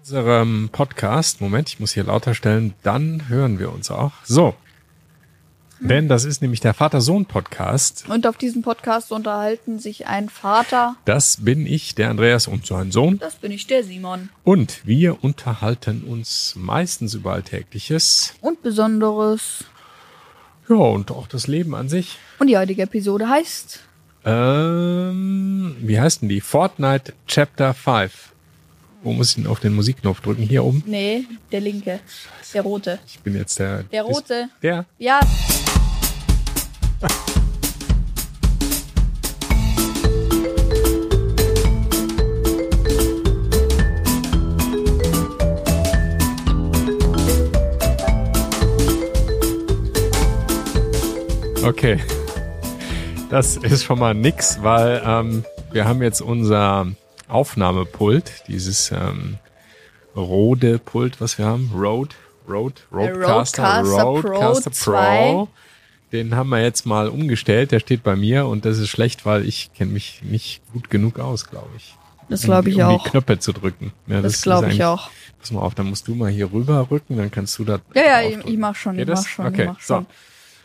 unserem Podcast. Moment, ich muss hier lauter stellen, dann hören wir uns auch. So. Denn das ist nämlich der Vater-Sohn-Podcast. Und auf diesem Podcast unterhalten sich ein Vater, Das bin ich, der Andreas und sein Sohn. das bin ich, der Simon, Und wir unterhalten uns meistens über Alltägliches. und Besonderes. Ja, und auch das Leben an sich. Und die heutige Episode heißt Ähm, wie heißt denn die? Fortnite Chapter 5. Wo muss ich denn auf den Musikknopf drücken? Hier oben. Nee, der linke, der rote. Ich bin jetzt der. Der rote. Der. Ja, Okay. Das ist schon mal nix, weil ähm, wir haben jetzt unser Aufnahmepult, dieses ähm, Rode Pult, was wir haben, Rode, Rode, Rodecaster, Rodecaster Pro 2. Den haben wir jetzt mal umgestellt, der steht bei mir und das ist schlecht, weil ich kenne mich nicht gut genug aus, glaube ich. das glaube ich um auch. die Knöpfe zu drücken. Ja, Das ist glaube ich eigentlich- auch. Pass mal auf, dann musst du mal hier rüber rücken, dann kannst du da. Ja, ja, ich, draufdrücken. ich mach schon, ich Geht das? mach schon, Okay, ich mach schon. So.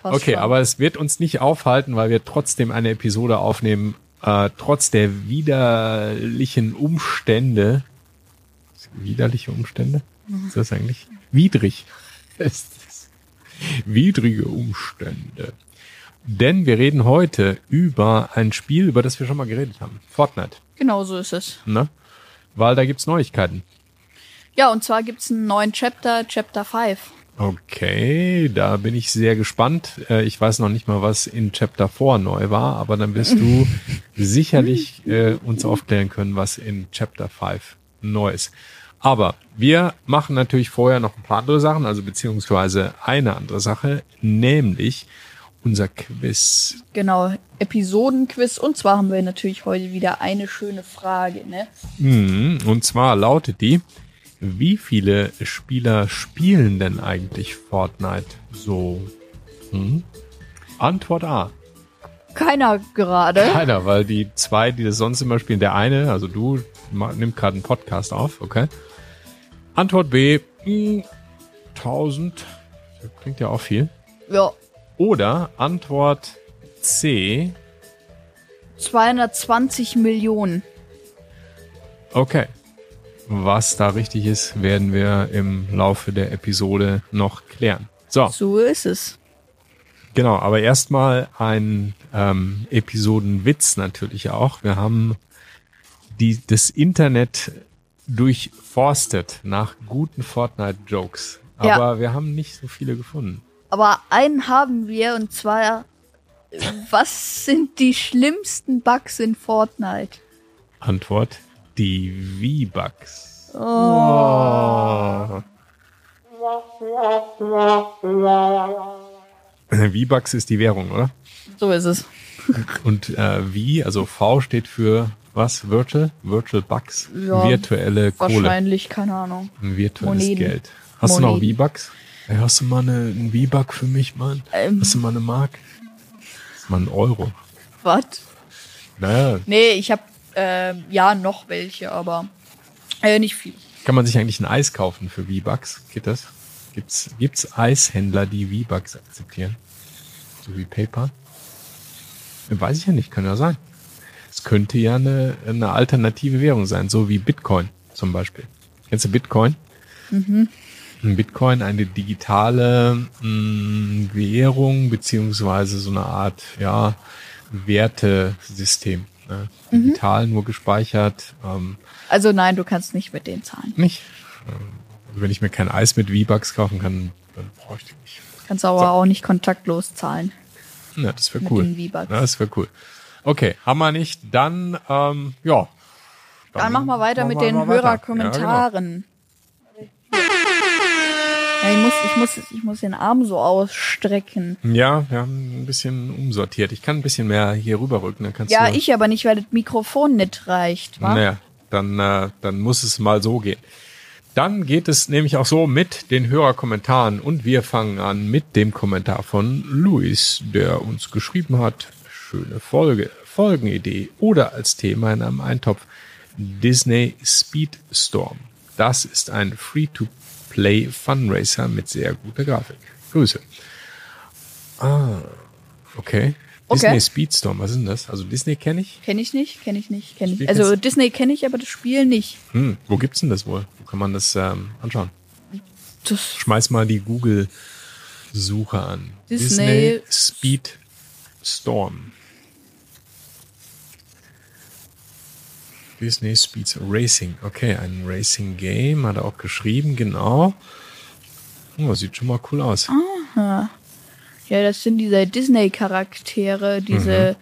Passt okay, schon. aber es wird uns nicht aufhalten, weil wir trotzdem eine Episode aufnehmen, äh, trotz der widerlichen Umstände. Widerliche Umstände? Ist das eigentlich? Widrig. Ist das? Widrige Umstände. Denn wir reden heute über ein Spiel, über das wir schon mal geredet haben. Fortnite. Genau so ist es. Ne? Weil da gibt's Neuigkeiten. Ja, und zwar gibt's einen neuen Chapter, Chapter 5. Okay, da bin ich sehr gespannt. Äh, Ich weiß noch nicht mal, was in Chapter 4 neu war, aber dann wirst du sicherlich äh, uns aufklären können, was in Chapter 5 neu ist. Aber wir machen natürlich vorher noch ein paar andere Sachen, also beziehungsweise eine andere Sache, nämlich unser Quiz. Genau, Episodenquiz. Und zwar haben wir natürlich heute wieder eine schöne Frage, ne? Mhm, Und zwar lautet die, wie viele Spieler spielen denn eigentlich Fortnite so? Hm? Antwort A. Keiner gerade. Keiner, weil die zwei, die das sonst immer spielen, der eine, also du, ma- nimmt gerade einen Podcast auf, okay. Antwort B, mh, 1000, das klingt ja auch viel. Ja, Oder Antwort C, 220 Millionen. okay. Was da richtig ist, werden wir im Laufe der Episode noch klären. So, So ist es. genau, aber erstmal ein ähm, Episodenwitz natürlich auch. Wir haben die, das Internet durchforstet nach guten Fortnite-Jokes. Aber Ja. wir haben nicht so viele gefunden. Aber einen haben wir und zwar, was sind die schlimmsten Bugs in Fortnite? Antwort: die V-Bugs. Oh. V-Bucks ist die Währung, oder? So ist es. Und äh, V, also V steht für was? Virtual? Virtual Bucks? Ja, Virtuelle Kohle. Wahrscheinlich, keine Ahnung. Ein virtuelles Moneten. Geld. Hast du Moneten. noch V-Bucks? Ey, hast du mal eine, einen V-Buck für mich, Mann? Ähm. Hast du mal eine Mark? Hast du mal einen Euro? Was? Naja, Nee, ich hab, ähm, ja, noch welche, aber äh, nicht viel. kann man sich eigentlich ein Eis kaufen für V-Bucks? Geht das? Gibt's, gibt's Eishändler, die V-Bucks akzeptieren? So wie PayPal? Weiß ich ja nicht, kann ja sein. Es könnte ja eine, eine alternative Währung sein, so wie Bitcoin zum Beispiel. Kennst du Bitcoin? Mhm. Bitcoin eine digitale mh, Währung beziehungsweise so eine Art ja Wertesystem. Ne? Digital nur gespeichert. Ähm, Also nein, du kannst nicht mit denen zahlen. nicht. Ähm, Wenn ich mir kein Eis mit V-Bucks kaufen kann, dann brauche ich die nicht. Kannst aber auch nicht kontaktlos zahlen. Ja, das wäre Mit cool. den V-Bucks. Ja, das wäre cool. Okay, haben wir nicht. Dann, ähm, ja. Dann, machen wir weiter mit wir den mal weiter. Hörerkommentaren. Ja, ich, muss, ich, muss, ich muss den Arm so ausstrecken. Ja, genau. ja, wir haben ein bisschen umsortiert. Ich kann ein bisschen mehr hier rüberrücken, dann kannst Ja, du. ich aber nicht, weil das Mikrofon nicht reicht. Wa? Naja, dann, äh, dann muss es mal so gehen. Dann geht es nämlich auch so mit den Hörerkommentaren und wir fangen an mit dem Kommentar von Luis, der uns geschrieben hat, schöne Folge, Folgenidee oder als Thema in einem Eintopf Disney Speedstorm. Das ist ein Free-to-Play Funracer mit sehr guter Grafik. Grüße. Ah, okay. Okay. Disney Speedstorm, was ist denn das? Also Disney kenne ich. Kenne ich nicht, kenne ich nicht, kenne Spiel ich. Also kennst- Disney kenne ich, aber das Spiel nicht. Hm, wo gibt's denn das wohl? Wo kann man das ähm, anschauen? Das Schmeiß mal die Google-Suche an. Disney- Speed Storm. Disney Speed Racing. Okay, ein Racing Game hat er auch geschrieben, genau. Oh, sieht schon mal cool aus. Ja, das sind diese Disney-Charaktere, diese,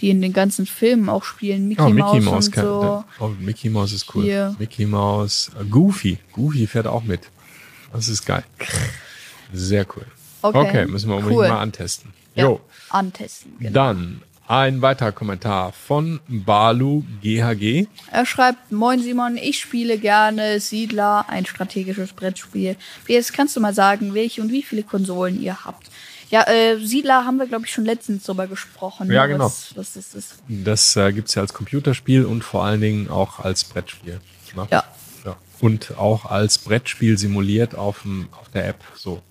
die in den ganzen Filmen auch spielen. Mickey, Mhm. oh, Mouse, Mickey Mouse und kann. so. Oh, Mickey Mouse ist cool. Hier. Mickey Mouse. äh, Goofy. Goofy fährt auch mit. Das ist geil. Sehr cool. Okay, Okay, müssen wir unbedingt cool. mal antesten. Ja, Jo. Antesten. Genau. Dann ein weiterer Kommentar von Balu GHG. Er schreibt, Moin Simon, ich spiele gerne Siedler, ein strategisches Brettspiel. PS, kannst du mal sagen, welche und wie viele Konsolen ihr habt? Ja, äh, Siedler haben wir, glaube ich, schon letztens drüber gesprochen. Ja, ne, genau. Was, was das ist. Das äh, gibt's ja als Computerspiel und vor allen Dingen auch als Brettspiel. ne? Ja. ja. Und auch als Brettspiel simuliert auf, dem, auf der App. So. ne?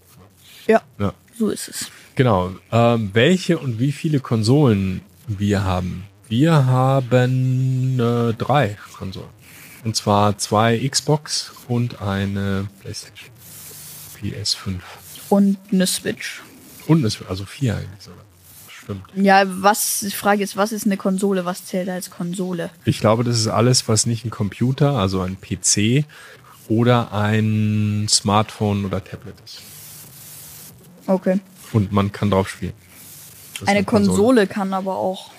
Ja, Ja. so ist es. Genau. Ähm, welche und wie viele Konsolen wir haben? Wir haben äh, drei Konsolen. Und zwar zwei Xbox und eine PlayStation. PS5. Und eine Switch. Und es also vier eigentlich sogar. Stimmt. Ja, was, die Frage ist, was ist eine Konsole? Was zählt als Konsole? Ich glaube, das ist alles, was nicht ein Computer, also ein PC oder ein Smartphone oder Tablet ist. Okay. Und man kann drauf spielen. Das ist Eine Konsole kann aber auch.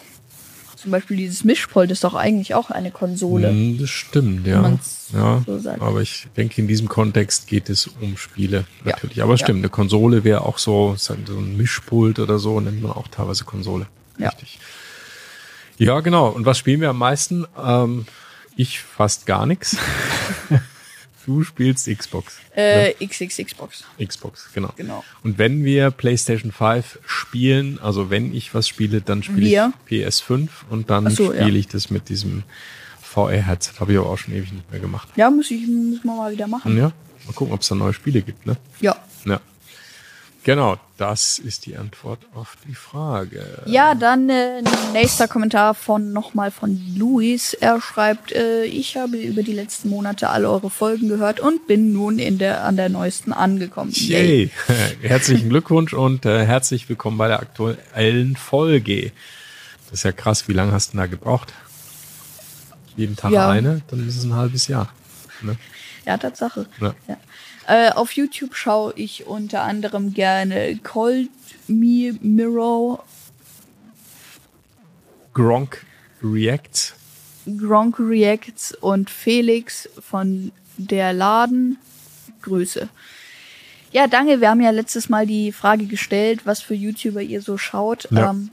Zum Beispiel dieses Mischpult ist doch eigentlich auch eine Konsole. Hm, Das stimmt, ja. man's ja. so sagt. aber ich denke, in diesem Kontext geht es um Spiele Ja. natürlich. Aber Ja. stimmt, eine Konsole wäre auch so, so ein Mischpult oder so, nennt man auch teilweise Konsole. Ja. Richtig. Ja, genau. Und was spielen wir am meisten? Ähm, ich fast gar nichts. Du spielst Xbox. Äh, XX Xbox. Xbox, genau. Genau. Und wenn wir PlayStation 5 spielen, also wenn ich was spiele, dann spiele Wir? ich PS5 und dann Ach so, spiele ja. ich das mit diesem VR-Headset. Habe ich aber auch schon ewig nicht mehr gemacht. Ja, muss ich muss man mal wieder machen. Ja, mal gucken, ob es da neue Spiele gibt, ne? Ja. Ja. Genau, das ist die Antwort auf die Frage. Ja, dann äh, nächster Kommentar von nochmal von Luis. Er schreibt, äh, ich habe über die letzten Monate alle eure Folgen gehört und bin nun in der an der neuesten angekommen. Yay! Herzlichen Glückwunsch und äh, herzlich willkommen bei der aktuellen Folge. Das ist ja krass, wie lange hast du denn da gebraucht? Jeden Tag Ja. eine, dann ist es ein halbes Jahr. Ne? Ja, Tatsache. Ja. Ja. Äh, auf YouTube schaue ich unter anderem gerne Cold Me Mirror, Gronk Reacts. Gronk Reacts und Felix von der Laden. Grüße. Ja, danke. Wir haben ja letztes Mal die Frage gestellt, was für YouTuber ihr so schaut. Ja. Ja, ähm,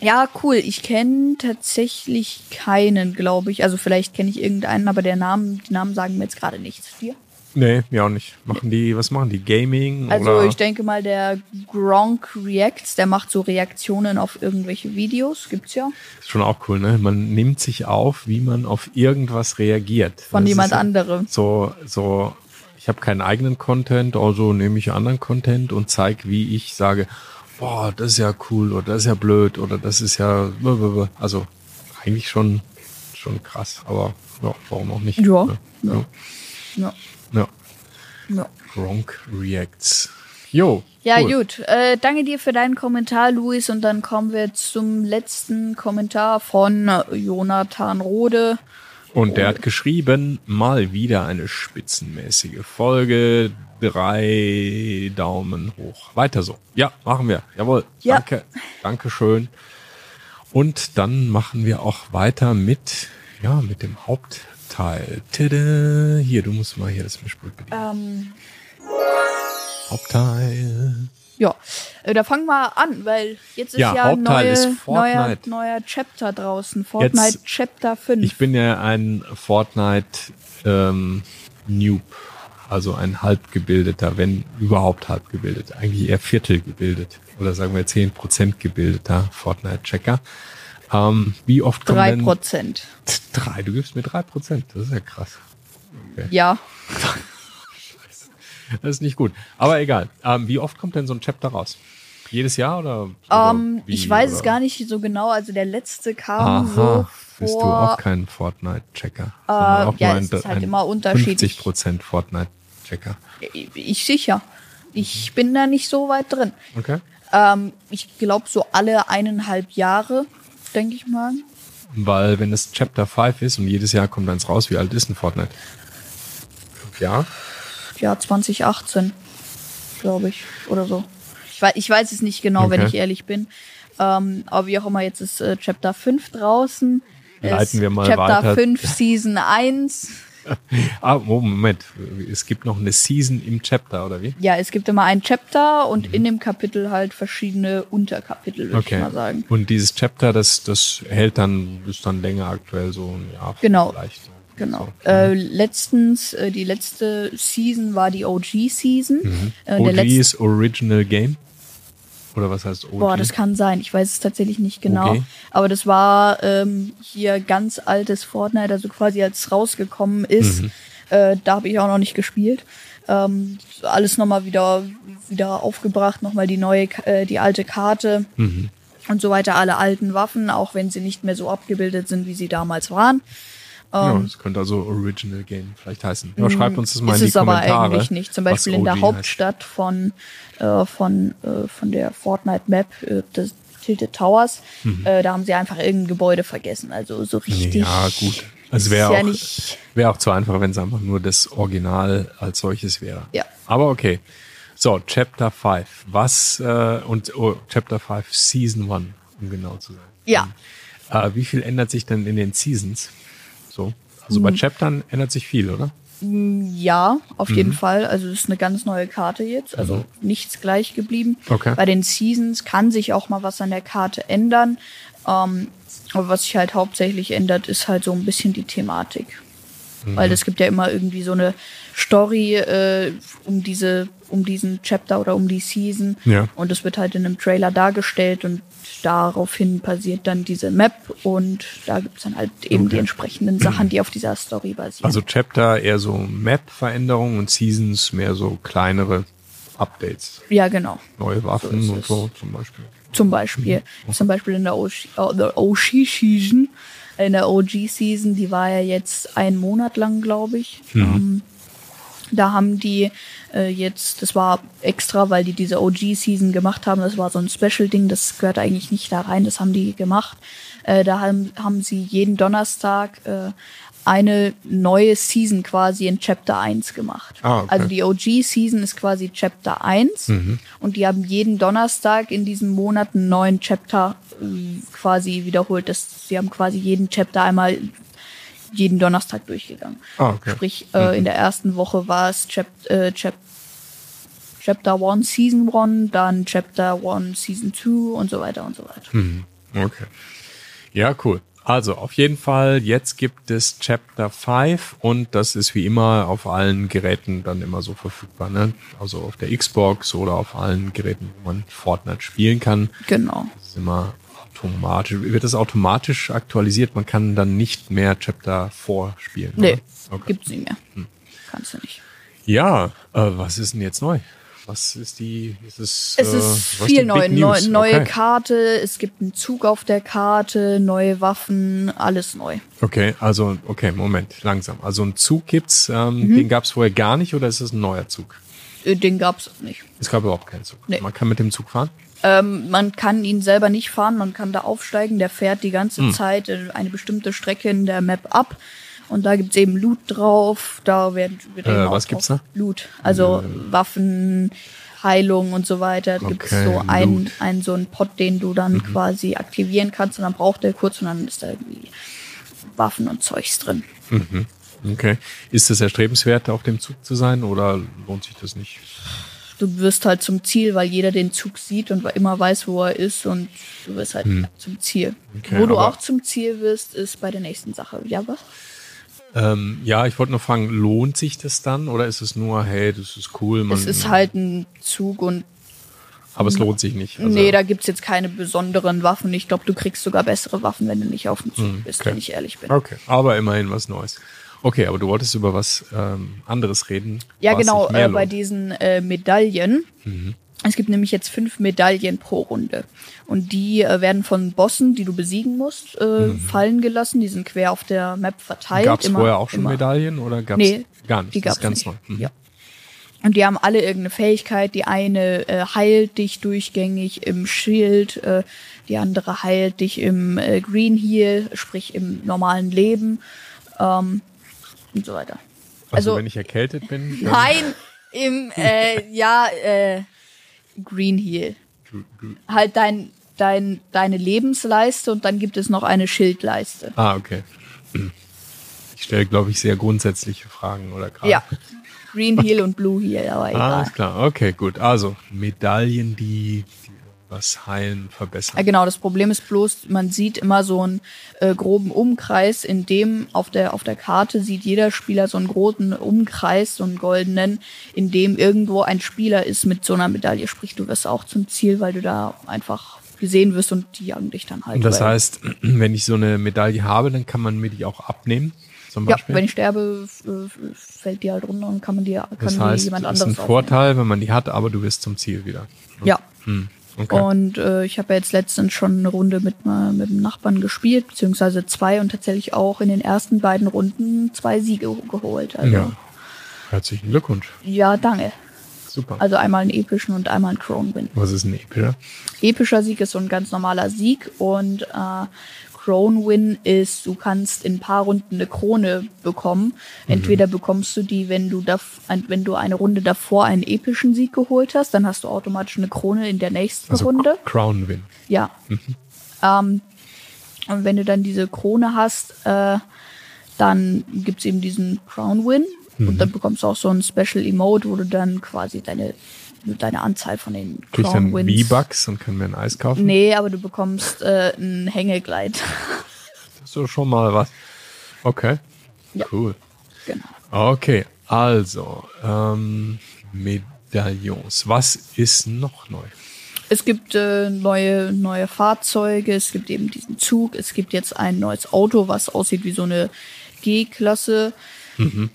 ja cool. Ich kenne tatsächlich keinen, glaube ich. Also vielleicht kenne ich irgendeinen, aber der Name, die Namen sagen mir jetzt gerade nichts. Dir? Nee, mir auch nicht. Machen die, was machen die? Gaming? Also oder? ich denke mal, der Gronk Reacts, der macht so Reaktionen auf irgendwelche Videos, gibt's ja, Ist schon auch cool, ne? Man nimmt sich auf, wie man auf irgendwas reagiert. von Das jemand ist ja anderem. So, so, ich habe keinen eigenen Content, also nehme ich anderen Content und zeige, wie ich sage, boah, das ist ja cool oder das ist ja blöd oder das ist ja. blablabla. Also eigentlich schon, schon krass, aber ja, warum auch nicht? Ja, Ne? ja. ja. Ja, ja. ja. Gronk Reacts. Jo. ja cool. gut. Äh, danke dir für deinen Kommentar, Luis. Und dann kommen wir zum letzten Kommentar von Jonathan Rode. Und der hat geschrieben, mal wieder eine spitzenmäßige Folge. Drei Daumen hoch. Weiter so. Ja, machen wir. Jawohl. Ja. Danke. Dankeschön. Und dann machen wir auch weiter mit, ja, mit dem Hauptteil. Tada. Hier, du musst mal hier das Mischpult bedienen. Ähm, Hauptteil. ja, äh, da fangen wir an, weil jetzt ist Ja, ja, ein Hauptteil neue, ist neuer, Fortnite. neuer Chapter draußen. Fortnite Chapter 5. Ich bin ja ein Fortnite ähm, Noob, also ein halbgebildeter, wenn überhaupt halbgebildet, eigentlich eher Viertel gebildet oder sagen wir 10% gebildeter Fortnite-Checker. Ähm, wie oft kommen Drei denn- Prozent. Drei, du gibst mir drei Prozent, das ist ja krass. Ja. Das ist nicht gut. Aber egal. Ähm, wie oft kommt denn so ein Chapter raus? Jedes Jahr oder? Ähm, ich weiß es gar nicht so genau. Also der letzte kam so Aha. Bist du auch vor. kein Fortnite-Checker? ja, es ist halt immer unterschiedlich. 50% Fortnite-Checker. Ich sicher. Ich bin da nicht so weit drin. Okay. Ähm, ich glaube so alle eineinhalb Jahre, denke ich mal. Weil wenn es Chapter 5 ist und jedes Jahr kommt eins raus, wie alt ist ein Fortnite? Fünf Jahre? Ja, 2018, glaube ich, oder so. Ich weiß, ich weiß es nicht genau, wenn Okay. ich ehrlich bin. Ähm, aber wie auch immer, jetzt ist äh, Chapter 5 draußen. Leiten ist wir mal Chapter weiter. 5 Season 1. Ah, oh, Moment. Es gibt noch eine Season im Chapter, oder wie? Ja, es gibt immer ein Chapter und Mhm. in dem Kapitel halt verschiedene Unterkapitel, würde ich mal sagen. Und dieses Chapter, das, das hält dann, ist dann länger aktuell so ein Jahr Genau. vielleicht. Genau. So. Äh, letztens, äh, die letzte Season war die OG-Season. Äh, der OG letzte Mhm. ist Original Game? Oder was heißt OG? Boah, das kann sein. Ich weiß es tatsächlich nicht genau. Okay. Aber das war ähm, hier ganz altes Fortnite, also quasi als es rausgekommen ist. Äh, da habe ich auch noch nicht gespielt. Ähm, alles nochmal wieder, wieder aufgebracht, nochmal die neue, Ka- äh, die alte Karte und so weiter. Alle alten Waffen, auch wenn sie nicht mehr so abgebildet sind, wie sie damals waren. ja, das könnte also Original Game vielleicht heißen. Ja, schreibt uns das mal Ähm, Mm, ist in die es aber Kommentare. eigentlich nicht. Zum Beispiel was in der OG Hauptstadt von, äh, von, äh, von der Fortnite-Map äh, des Tilted Towers, äh, da haben sie einfach irgendein Gebäude vergessen. Also so heißt. richtig. Mhm. Ja, gut. Also wäre ist ja auch, nicht- wäre auch zu einfach, wenn es einfach nur das Original als solches wäre. Ja. Aber okay. So, Chapter 5. Was, äh, und oh, Chapter 5 Season 1, um genau zu sein. Ja. Äh, wie viel ändert sich denn in den Seasons? So. Also Mhm. bei Chaptern ändert sich viel, oder? Ja, auf jeden Mhm. Fall. Also es ist eine ganz neue Karte jetzt. Also nichts gleich geblieben. Okay. Bei den Seasons kann sich auch mal was an der Karte ändern. Ähm, aber was sich halt hauptsächlich ändert, ist halt so ein bisschen die Thematik. Mhm. Weil es gibt ja immer irgendwie so eine Story äh, um diese, um diesen Chapter oder um die Season. Ja. Und es wird halt in einem Trailer dargestellt und daraufhin passiert dann diese Map und da gibt's dann halt eben die entsprechenden Sachen, die auf dieser Story basieren. Also Chapter eher so Map-Veränderungen und Seasons mehr so kleinere Updates. ja, genau. Neue Waffen So ist und es. so zum Beispiel. Zum Beispiel. Zum Beispiel in der OG-Season. In der OG-Season, die war ja jetzt einen Monat lang, glaube ich. Ähm, da haben die äh, jetzt, das war extra, weil die diese OG-Season gemacht haben, das war so ein Special-Ding, das gehört eigentlich nicht da rein, das haben die gemacht. Äh, da haben, haben sie jeden Donnerstag äh, eine neue Season quasi in Chapter 1 gemacht. Ah, okay. Mhm. Also die OG-Season ist quasi Chapter 1 und die haben jeden Donnerstag in diesem Monat einen neuen Chapter äh, quasi wiederholt. Das, sie haben quasi jeden Chapter einmal jeden Donnerstag durchgegangen. Ah, okay. Sprich, äh, in der ersten Woche war es Chap äh, Chap Chapter 1 Season 1, dann Chapter 1 Season 2 und so weiter und so weiter. Hm. Okay. Ja, cool. Also auf jeden Fall, jetzt gibt es Chapter 5 und das ist wie immer auf allen Geräten dann immer so verfügbar. Ne? Also auf der Xbox oder auf allen Geräten, wo man Fortnite spielen kann. Genau. Das ist immer automatisch. Wird das automatisch aktualisiert? Man kann dann nicht mehr Chapter 4 spielen. Nee, oder? Okay. Hm. gibt's nicht mehr. Kannst du nicht. Ja, äh, was ist denn jetzt neu? Was ist die? Ist es, Es äh, ist was viel die neu. Big Neu, News? neue okay. Karte, es gibt einen Zug auf der Karte, neue Waffen, alles neu. Okay, also, okay, Moment, langsam. Also einen Zug gibt's, ähm, Mhm. den gab's vorher gar nicht oder ist es ein neuer Zug? Äh, Den gab's auch nicht. Es gab überhaupt keinen Zug. Nee. Man kann mit dem Zug fahren? Ähm, man kann ihn selber nicht fahren, man kann da aufsteigen, der fährt die ganze Hm. Zeit äh, eine bestimmte Strecke in der Map ab. Und da gibt's eben Loot drauf, da werden wird Äh, eben auch was gibt's drauf. Loot, also Waffen, Heilung und so weiter. Da gibt's Okay, so einen, Loot. Mhm. einen so einen Pot, den du dann quasi aktivieren kannst und dann braucht der kurz und dann ist da irgendwie Waffen und Zeugs drin. Okay. Ist es erstrebenswert, auf dem Zug zu sein oder lohnt sich das nicht? du wirst halt zum Ziel, weil jeder den Zug sieht und immer weiß, wo er ist und du wirst halt zum Ziel. Hm. Okay, wo du aber- auch zum Ziel wirst, ist bei der nächsten Sache. Ja, was? Ähm, ja, ich wollte nur fragen, lohnt sich das dann oder ist es nur, hey, das ist cool, man, Es ist halt ein Zug und aber es lohnt sich nicht. Also, nee, da gibt's jetzt keine besonderen Waffen. Ich glaube, du kriegst sogar bessere Waffen, wenn du nicht auf dem Zug Hm, bist, okay. wenn ich ehrlich bin. Okay, aber immerhin was Neues. Okay, aber du wolltest über was ähm, anderes reden. Ja, was genau, sich mehr äh, bei lohnt. diesen äh, Medaillen. Mhm. Es gibt nämlich jetzt fünf Medaillen pro Runde. Und die äh, werden von Bossen, die du besiegen musst, äh, fallen gelassen. Die sind quer auf der Map verteilt. Gab es Immer- Mhm. vorher auch schon immer. Medaillen oder gab es Nee, gar nicht? Die Das gab ist es ganz nicht. neu. Mhm. Ja. Und die haben alle irgendeine Fähigkeit. Die eine äh, heilt dich durchgängig im Schild, äh, die andere heilt dich im äh, Green Heal, sprich im normalen Leben ähm, und so weiter. Also, Also- wenn ich erkältet bin, dann Nein, im äh, ja äh, Green Heal. Du- du- Halt dein, dein, deine Lebensleiste und dann gibt es noch eine Schildleiste. Ah, okay. Ich stelle, glaube ich, sehr grundsätzliche Fragen oder gerade. Ja. Green Heal und Blue Heal, aber Ah, egal. alles klar. Okay, gut. Also Medaillen, die, die was heilen, verbessern. Ja, genau, das Problem ist bloß, man sieht immer so einen äh, groben Umkreis, in dem auf der, auf der Karte sieht jeder Spieler so einen großen Umkreis, so einen goldenen, in dem irgendwo ein Spieler ist mit so einer Medaille. Sprich, du wirst auch zum Ziel, weil du da einfach gesehen wirst und die jagen dich dann halt. Und das weil- heißt, wenn ich so eine Medaille habe, dann kann man mir die auch abnehmen. Zum ja, Beispiel. wenn ich sterbe, f- äh, f- fällt die halt runter und kann man die, kann das die heißt, jemand das anderes ist ein aufnehmen. Vorteil, wenn man die hat, aber du wirst zum Ziel wieder. Ja. Hm. Okay. Und äh, ich habe ja jetzt letztens schon eine Runde mit, ma- mit dem Nachbarn gespielt, beziehungsweise zwei und tatsächlich auch in den ersten beiden Runden zwei Siege ho- geholt. Also, ja. ja. Herzlichen Glückwunsch. danke. Super. Also einmal einen epischen und einmal einen Crown-Win. was ist ein E epischer? Epischer Sieg ist so ein ganz normaler Sieg und äh, Crown-Win ist, du kannst in ein paar Runden eine Krone bekommen. Mhm. Entweder bekommst du die, wenn du, daf- ein- wenn du eine Runde davor einen epischen Sieg geholt hast, dann hast du automatisch eine Krone in der nächsten Also Runde. Crown Win. Ja. Mhm. Ähm, und wenn du dann diese Krone hast, äh, dann gibt's eben diesen Crown Win. Mhm. Und dann bekommst du auch so ein Special Emote, wo du dann quasi deine, deine Anzahl von den Krieg ich Crown dann Wins. V-Bucks und kann mir ein Eis kaufen? Nee, aber du bekommst äh, ein Hängegleid. Das ist doch schon mal was. Okay. Ja. Cool. genau. Okay, also ähm, Medaillons. Was ist noch neu? Es gibt äh, neue, neue Fahrzeuge, es gibt eben diesen Zug, es gibt jetzt ein neues Auto, was aussieht wie so eine G-Klasse. Das Mhm.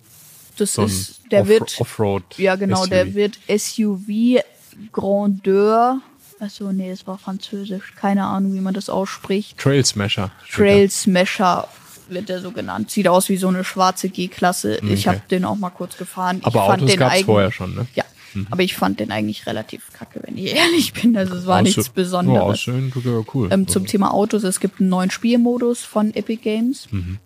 So ein ist, der Off- wird. Offroad. Ja, genau, SUV. der wird SUV Grandeur. Achso, nee, es war französisch. Keine Ahnung, wie man das ausspricht. Trail Smasher. steht da. Trail Smasher wird der so genannt. Sieht aus wie so eine schwarze G-Klasse. Ich Okay. habe den auch mal kurz gefahren. Aber ich fand Autos den gab es eigen- vorher schon, ne? Ja, aber ich fand den eigentlich relativ kacke, wenn ich ehrlich bin. Also es war nichts Außer- Ja, Besonderes. schön, ja, cool. ähm, zum Thema Autos, es gibt einen neuen Spielmodus von Epic Games. Mhm.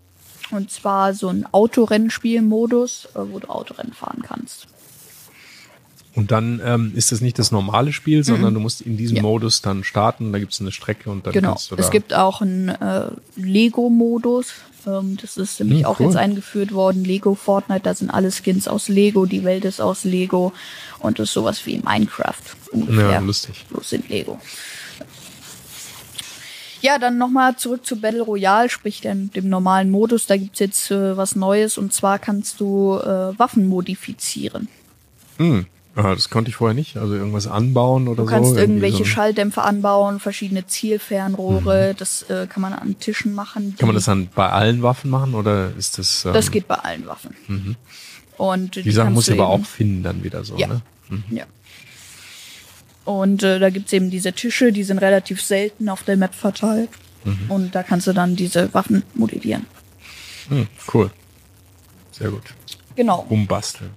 Und zwar so ein Autorennspielmodus, äh, wo du Autorennen fahren kannst. und dann ähm, ist das nicht das normale Mhm. Spiel, sondern du musst in diesem Modus dann starten. Da gibt es eine Strecke und dann Genau. kannst du da. Es gibt auch einen äh, Lego-Modus. Ähm, das ist nämlich Hm, auch cool. jetzt eingeführt worden. Lego Fortnite, da sind alle Skins aus Lego, die Welt ist aus Lego und das ist sowas wie Minecraft ungefähr. Ja, lustig. Bloß in Lego. Ja, dann nochmal zurück zu Battle Royale, sprich dem, dem normalen Modus. Da gibt's jetzt äh, was Neues und zwar kannst du äh, Waffen modifizieren. Hm. Ah, das konnte ich vorher nicht. Also irgendwas anbauen oder Du kannst so. Also irgendwie irgendwelche so ein- Schalldämpfer anbauen, verschiedene Zielfernrohre, das äh, kann man an Tischen machen. Kann man das die- dann bei allen Waffen machen oder ist das. Ähm, mhm. Das geht bei allen Waffen. Und Die Sachen kannst muss ich du aber eben- auch finden dann wieder so, Ja. ne? Ja. Und äh, da gibt's eben diese Tische, die sind relativ selten auf der Map verteilt. Mhm. Und da kannst du dann diese Waffen modellieren. Hm, cool. Sehr gut. Genau. Rumbasteln.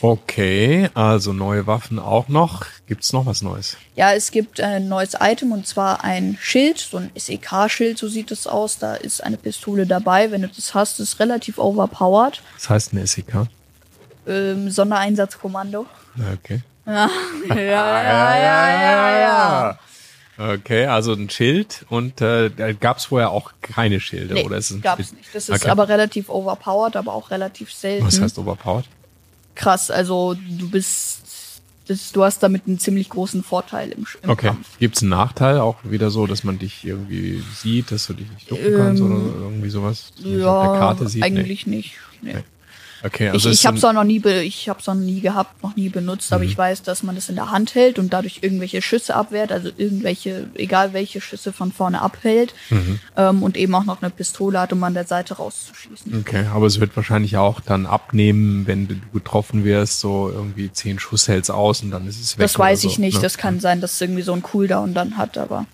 Okay, also neue Waffen auch noch. Gibt's noch was Neues? Ja, es gibt ein neues Item und zwar ein Schild, so ein SEK-Schild, so sieht es aus. Da ist eine Pistole dabei. Wenn du das hast, ist relativ overpowered. Das heißt E ein SEK. Ähm, Sondereinsatzkommando. Na, Okay. ja, ja, ja, ja, ja. Okay, also ein Schild und äh, da gab's vorher auch keine Schilde, Nee, oder? Ist es ein gab's Schild? Ah, nicht. Das ist Okay. aber relativ overpowered, aber auch relativ selten. Was heißt overpowered? krass. Also du bist, das, du hast damit einen ziemlich großen Vorteil im, Sch- im Okay. Kampf. Gibt's einen Nachteil auch wieder so, dass man dich irgendwie sieht, dass du dich nicht ducken kannst oder irgendwie sowas? Dass man dich auf der Ähm, Ja, Karte sieht? Nee. eigentlich nicht. Nee. Okay, also ich ist Mhm. ich habe es so auch noch nie, be- ich hab's noch nie gehabt, noch nie benutzt, aber ich weiß, dass man das in der Hand hält und dadurch irgendwelche Schüsse abwehrt, also irgendwelche, egal welche Schüsse von vorne abhält Mhm. ähm, und eben auch noch eine Pistole hat, um an der Seite rauszuschießen. ein, okay, aber es wird wahrscheinlich auch dann abnehmen, wenn du getroffen wirst, so irgendwie zehn Schuss hältst aus und dann ist es weg. Das weiß oder so, ich nicht. ne? Das kann sein, dass es irgendwie so ein Cooldown dann hat, aber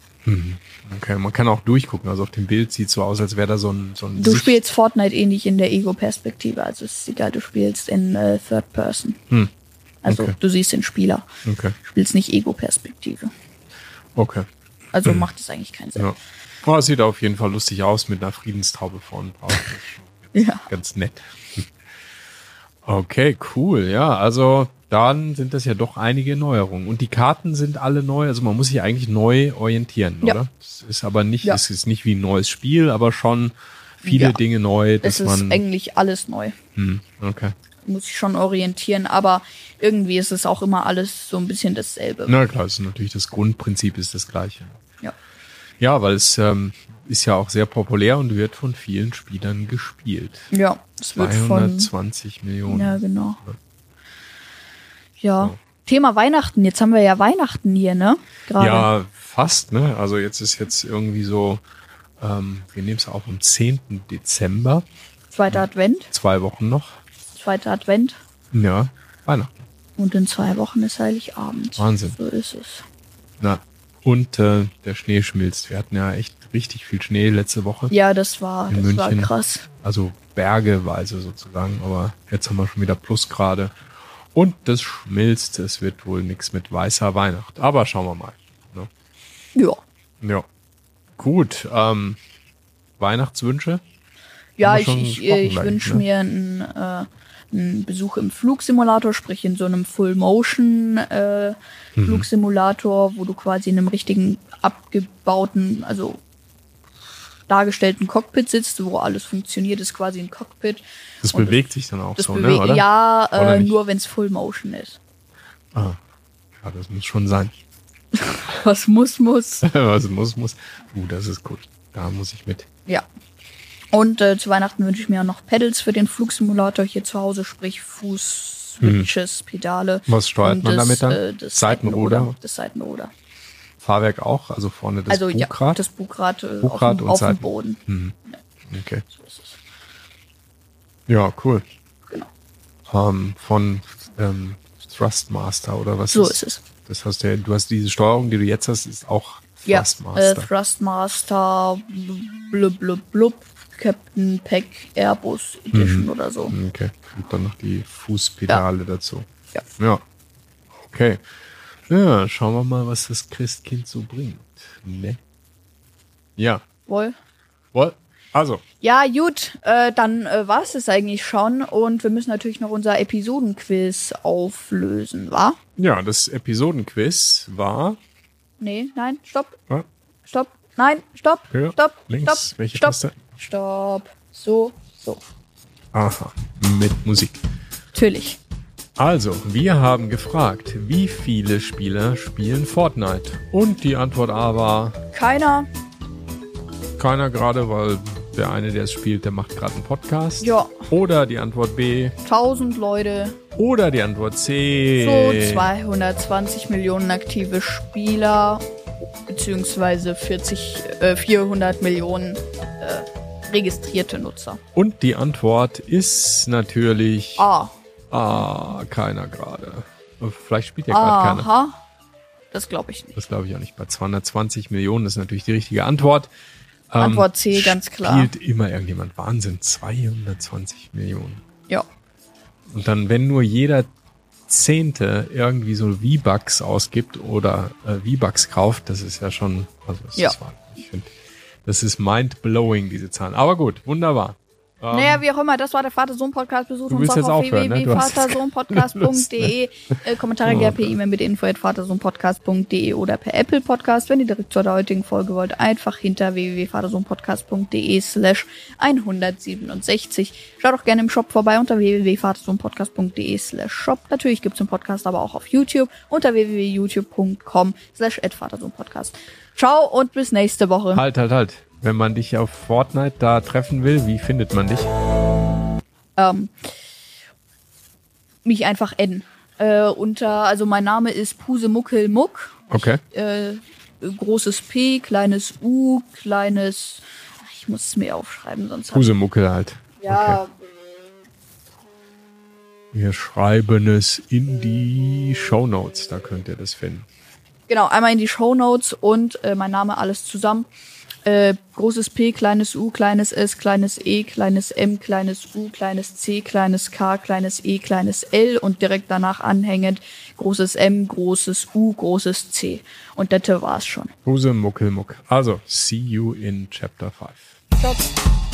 Okay, man kann auch durchgucken. Also auf dem Bild sieht so aus, als wäre da so ein, so ein du Sicht- spielst Fortnite eh nicht in der Ego-Perspektive. Also es ist egal, du spielst in äh, Third Person. Hm. Also Okay. du siehst den Spieler. Okay, Du spielst nicht Ego-Perspektive. okay. Also Mhm. macht es eigentlich keinen Sinn. Ja. Oh, es sieht auf jeden Fall lustig aus mit einer Friedenstaube vorne drauf. Das ist schon Ja. Ganz nett. Okay, cool. Ja, also dann sind das ja doch einige Neuerungen. Und die Karten sind alle neu. Also man muss sich eigentlich neu orientieren, Ja. oder? Es ist aber nicht, Ja. es ist nicht wie ein neues Spiel, aber schon viele Ja. Dinge neu, Es dass ist man. eigentlich alles neu. Hm, okay. Muss ich schon orientieren, aber irgendwie ist es auch immer alles so ein bisschen dasselbe. Na klar, es ist natürlich das Grundprinzip ist das gleiche. Ja. Ja, weil es ähm, ist ja auch sehr populär und wird von vielen Spielern gespielt. ja, es wird von. 220 Millionen. Ja, genau. Ja. So. Thema Weihnachten. Jetzt haben wir ja Weihnachten hier, ne? Gerade. Ja, fast, ne? Also jetzt ist jetzt irgendwie so, ähm, wir nehmen es auf am 10. Dezember, Zweiter Advent. zwei Wochen noch. Zweiter Advent. Ja, Weihnachten. Und in zwei Wochen ist Heiligabend. Wahnsinn. So ist es. Na. Und äh, der Schnee schmilzt. Wir hatten ja echt richtig viel Schnee letzte Woche. Ja, das war, das In war München. krass. Also bergeweise sozusagen, aber jetzt haben wir schon wieder Plusgrade. Und das schmilzt, es wird wohl nichts mit weißer Weihnacht. Aber schauen wir mal. Ne? Ja. Ja. Gut. Ähm, Weihnachtswünsche? Ja, wir ich, schon ich, gesprochen ich gleich, wünsche ne? mir einen, äh, einen Besuch im Flugsimulator, sprich in so einem Mhm. Full-Motion-Flugsimulator, wo du quasi in einem richtigen abgebauten, also dargestellten Cockpit sitzt, wo alles funktioniert, ist quasi ein Cockpit. Das Und bewegt sich dann auch Das so, bewegt ne? Oder? ja Oder äh, nicht? nur, wenn es Full-Motion ist. Ah, ja, das muss schon sein. Was muss, muss. also muss, muss. Uh, das ist gut. Da muss ich mit. Ja. Und äh, zu Weihnachten wünsche ich mir auch noch Pedals für den Flugsimulator hier zu Hause, sprich Fuß, Switches, Pedale. Hm. Was steuert und man damit dann? Äh, das Seitenruder? Seitenruder. Das Seitenruder. Fahrwerk auch, also vorne das also ja, Bugrad. das Bugrad, äh, Bugrad auf, dem- und auf dem Seiten- Hm, Boden. okay. So ist es. Ja, cool. Genau. Ähm, von ähm, Thrustmaster oder was? So ist es. Das heißt, der, du hast diese Steuerung, die du jetzt hast, ist auch Ja, äh, Thrustmaster. Thrustmaster, blub, blub, blub, Captain Pack Airbus Hm. Edition oder so. okay. Und dann noch die Fußpedale dazu. Ja. Ja. Okay. Ja, schauen wir mal, was das Christkind so bringt. Ne? Ja. Wohl. What? Also, Ja, gut, äh, dann äh, war es das eigentlich schon und wir müssen natürlich noch unser Episodenquiz auflösen, wa? ja, das Episodenquiz war. Nee, nein, stopp, Ah, stopp, nein, stopp, Ja, stopp, links, stopp, welche stopp, Taste? stopp, so, so. Aha, mit Musik. Natürlich. Also, wir haben gefragt, wie viele Spieler spielen Fortnite? Und die Antwort A war Keiner, keiner gerade, weil der eine, der es spielt, der macht gerade einen Podcast. Ja. Oder die Antwort B. tausend Leute, Oder die Antwort C. so 220 Millionen aktive Spieler, beziehungsweise 40, äh, 400 Millionen äh, registrierte Nutzer. Und die Antwort ist natürlich Ah, A. Keiner gerade. Vielleicht spielt ja gerade keiner. aha, das glaube ich nicht. Das glaube ich auch nicht. Bei 220 Millionen ist natürlich die richtige Antwort. Ähm, Antwort C, ganz klar. Spielt immer irgendjemand. Wahnsinn, 220 Millionen. Ja. Und dann, wenn nur jeder Zehnte irgendwie so V-Bucks ausgibt oder äh, V-Bucks kauft, das ist ja schon, also das Ja. ist Wahnsinn. Ich finde, das ist mind-blowing, diese Zahlen. Aber gut, wunderbar. Naja, wie auch immer, das war der Vater-Sohn-Podcast. Besucht Ähm, Du uns willst auch jetzt auf aufhören, ne? Du hast jetzt www.vatersohnpodcast.de. Äh, Kommentare gerne per E-Mail mit info at vatersohnpodcast.de oder per Apple Podcast. Wenn ihr direkt zur heutigen Folge wollt, einfach hinter www.vatersohnpodcast.de slash 167. Schaut auch gerne im Shop vorbei unter www.vatersohnpodcast.de slash shop. Natürlich gibt's den Podcast aber auch auf YouTube unter www.youtube.com slash vatersohnpodcast. Ciao und bis nächste Woche. Halt, halt, halt. Wenn man dich auf Fortnite da treffen will, wie findet man dich? Ähm, mich einfach adden. Äh, unter, also mein Name ist Pusemuckelmuck. Okay. Äh, großes P, kleines U, kleines. Ich muss es mir aufschreiben, sonst. hab- Pusemuckel halt. Ja, Wir schreiben es in die Show Notes, da könnt ihr das finden. genau, einmal in die Show Notes und äh, mein Name alles zusammen. Äh, großes P, kleines U, kleines S, kleines E, kleines M, kleines U, kleines C, kleines K, kleines E, kleines L und direkt danach anhängend großes M, großes U, großes C. Und das war's schon. Pusemuckelmuck. Also, see you in Chapter 5. Ciao.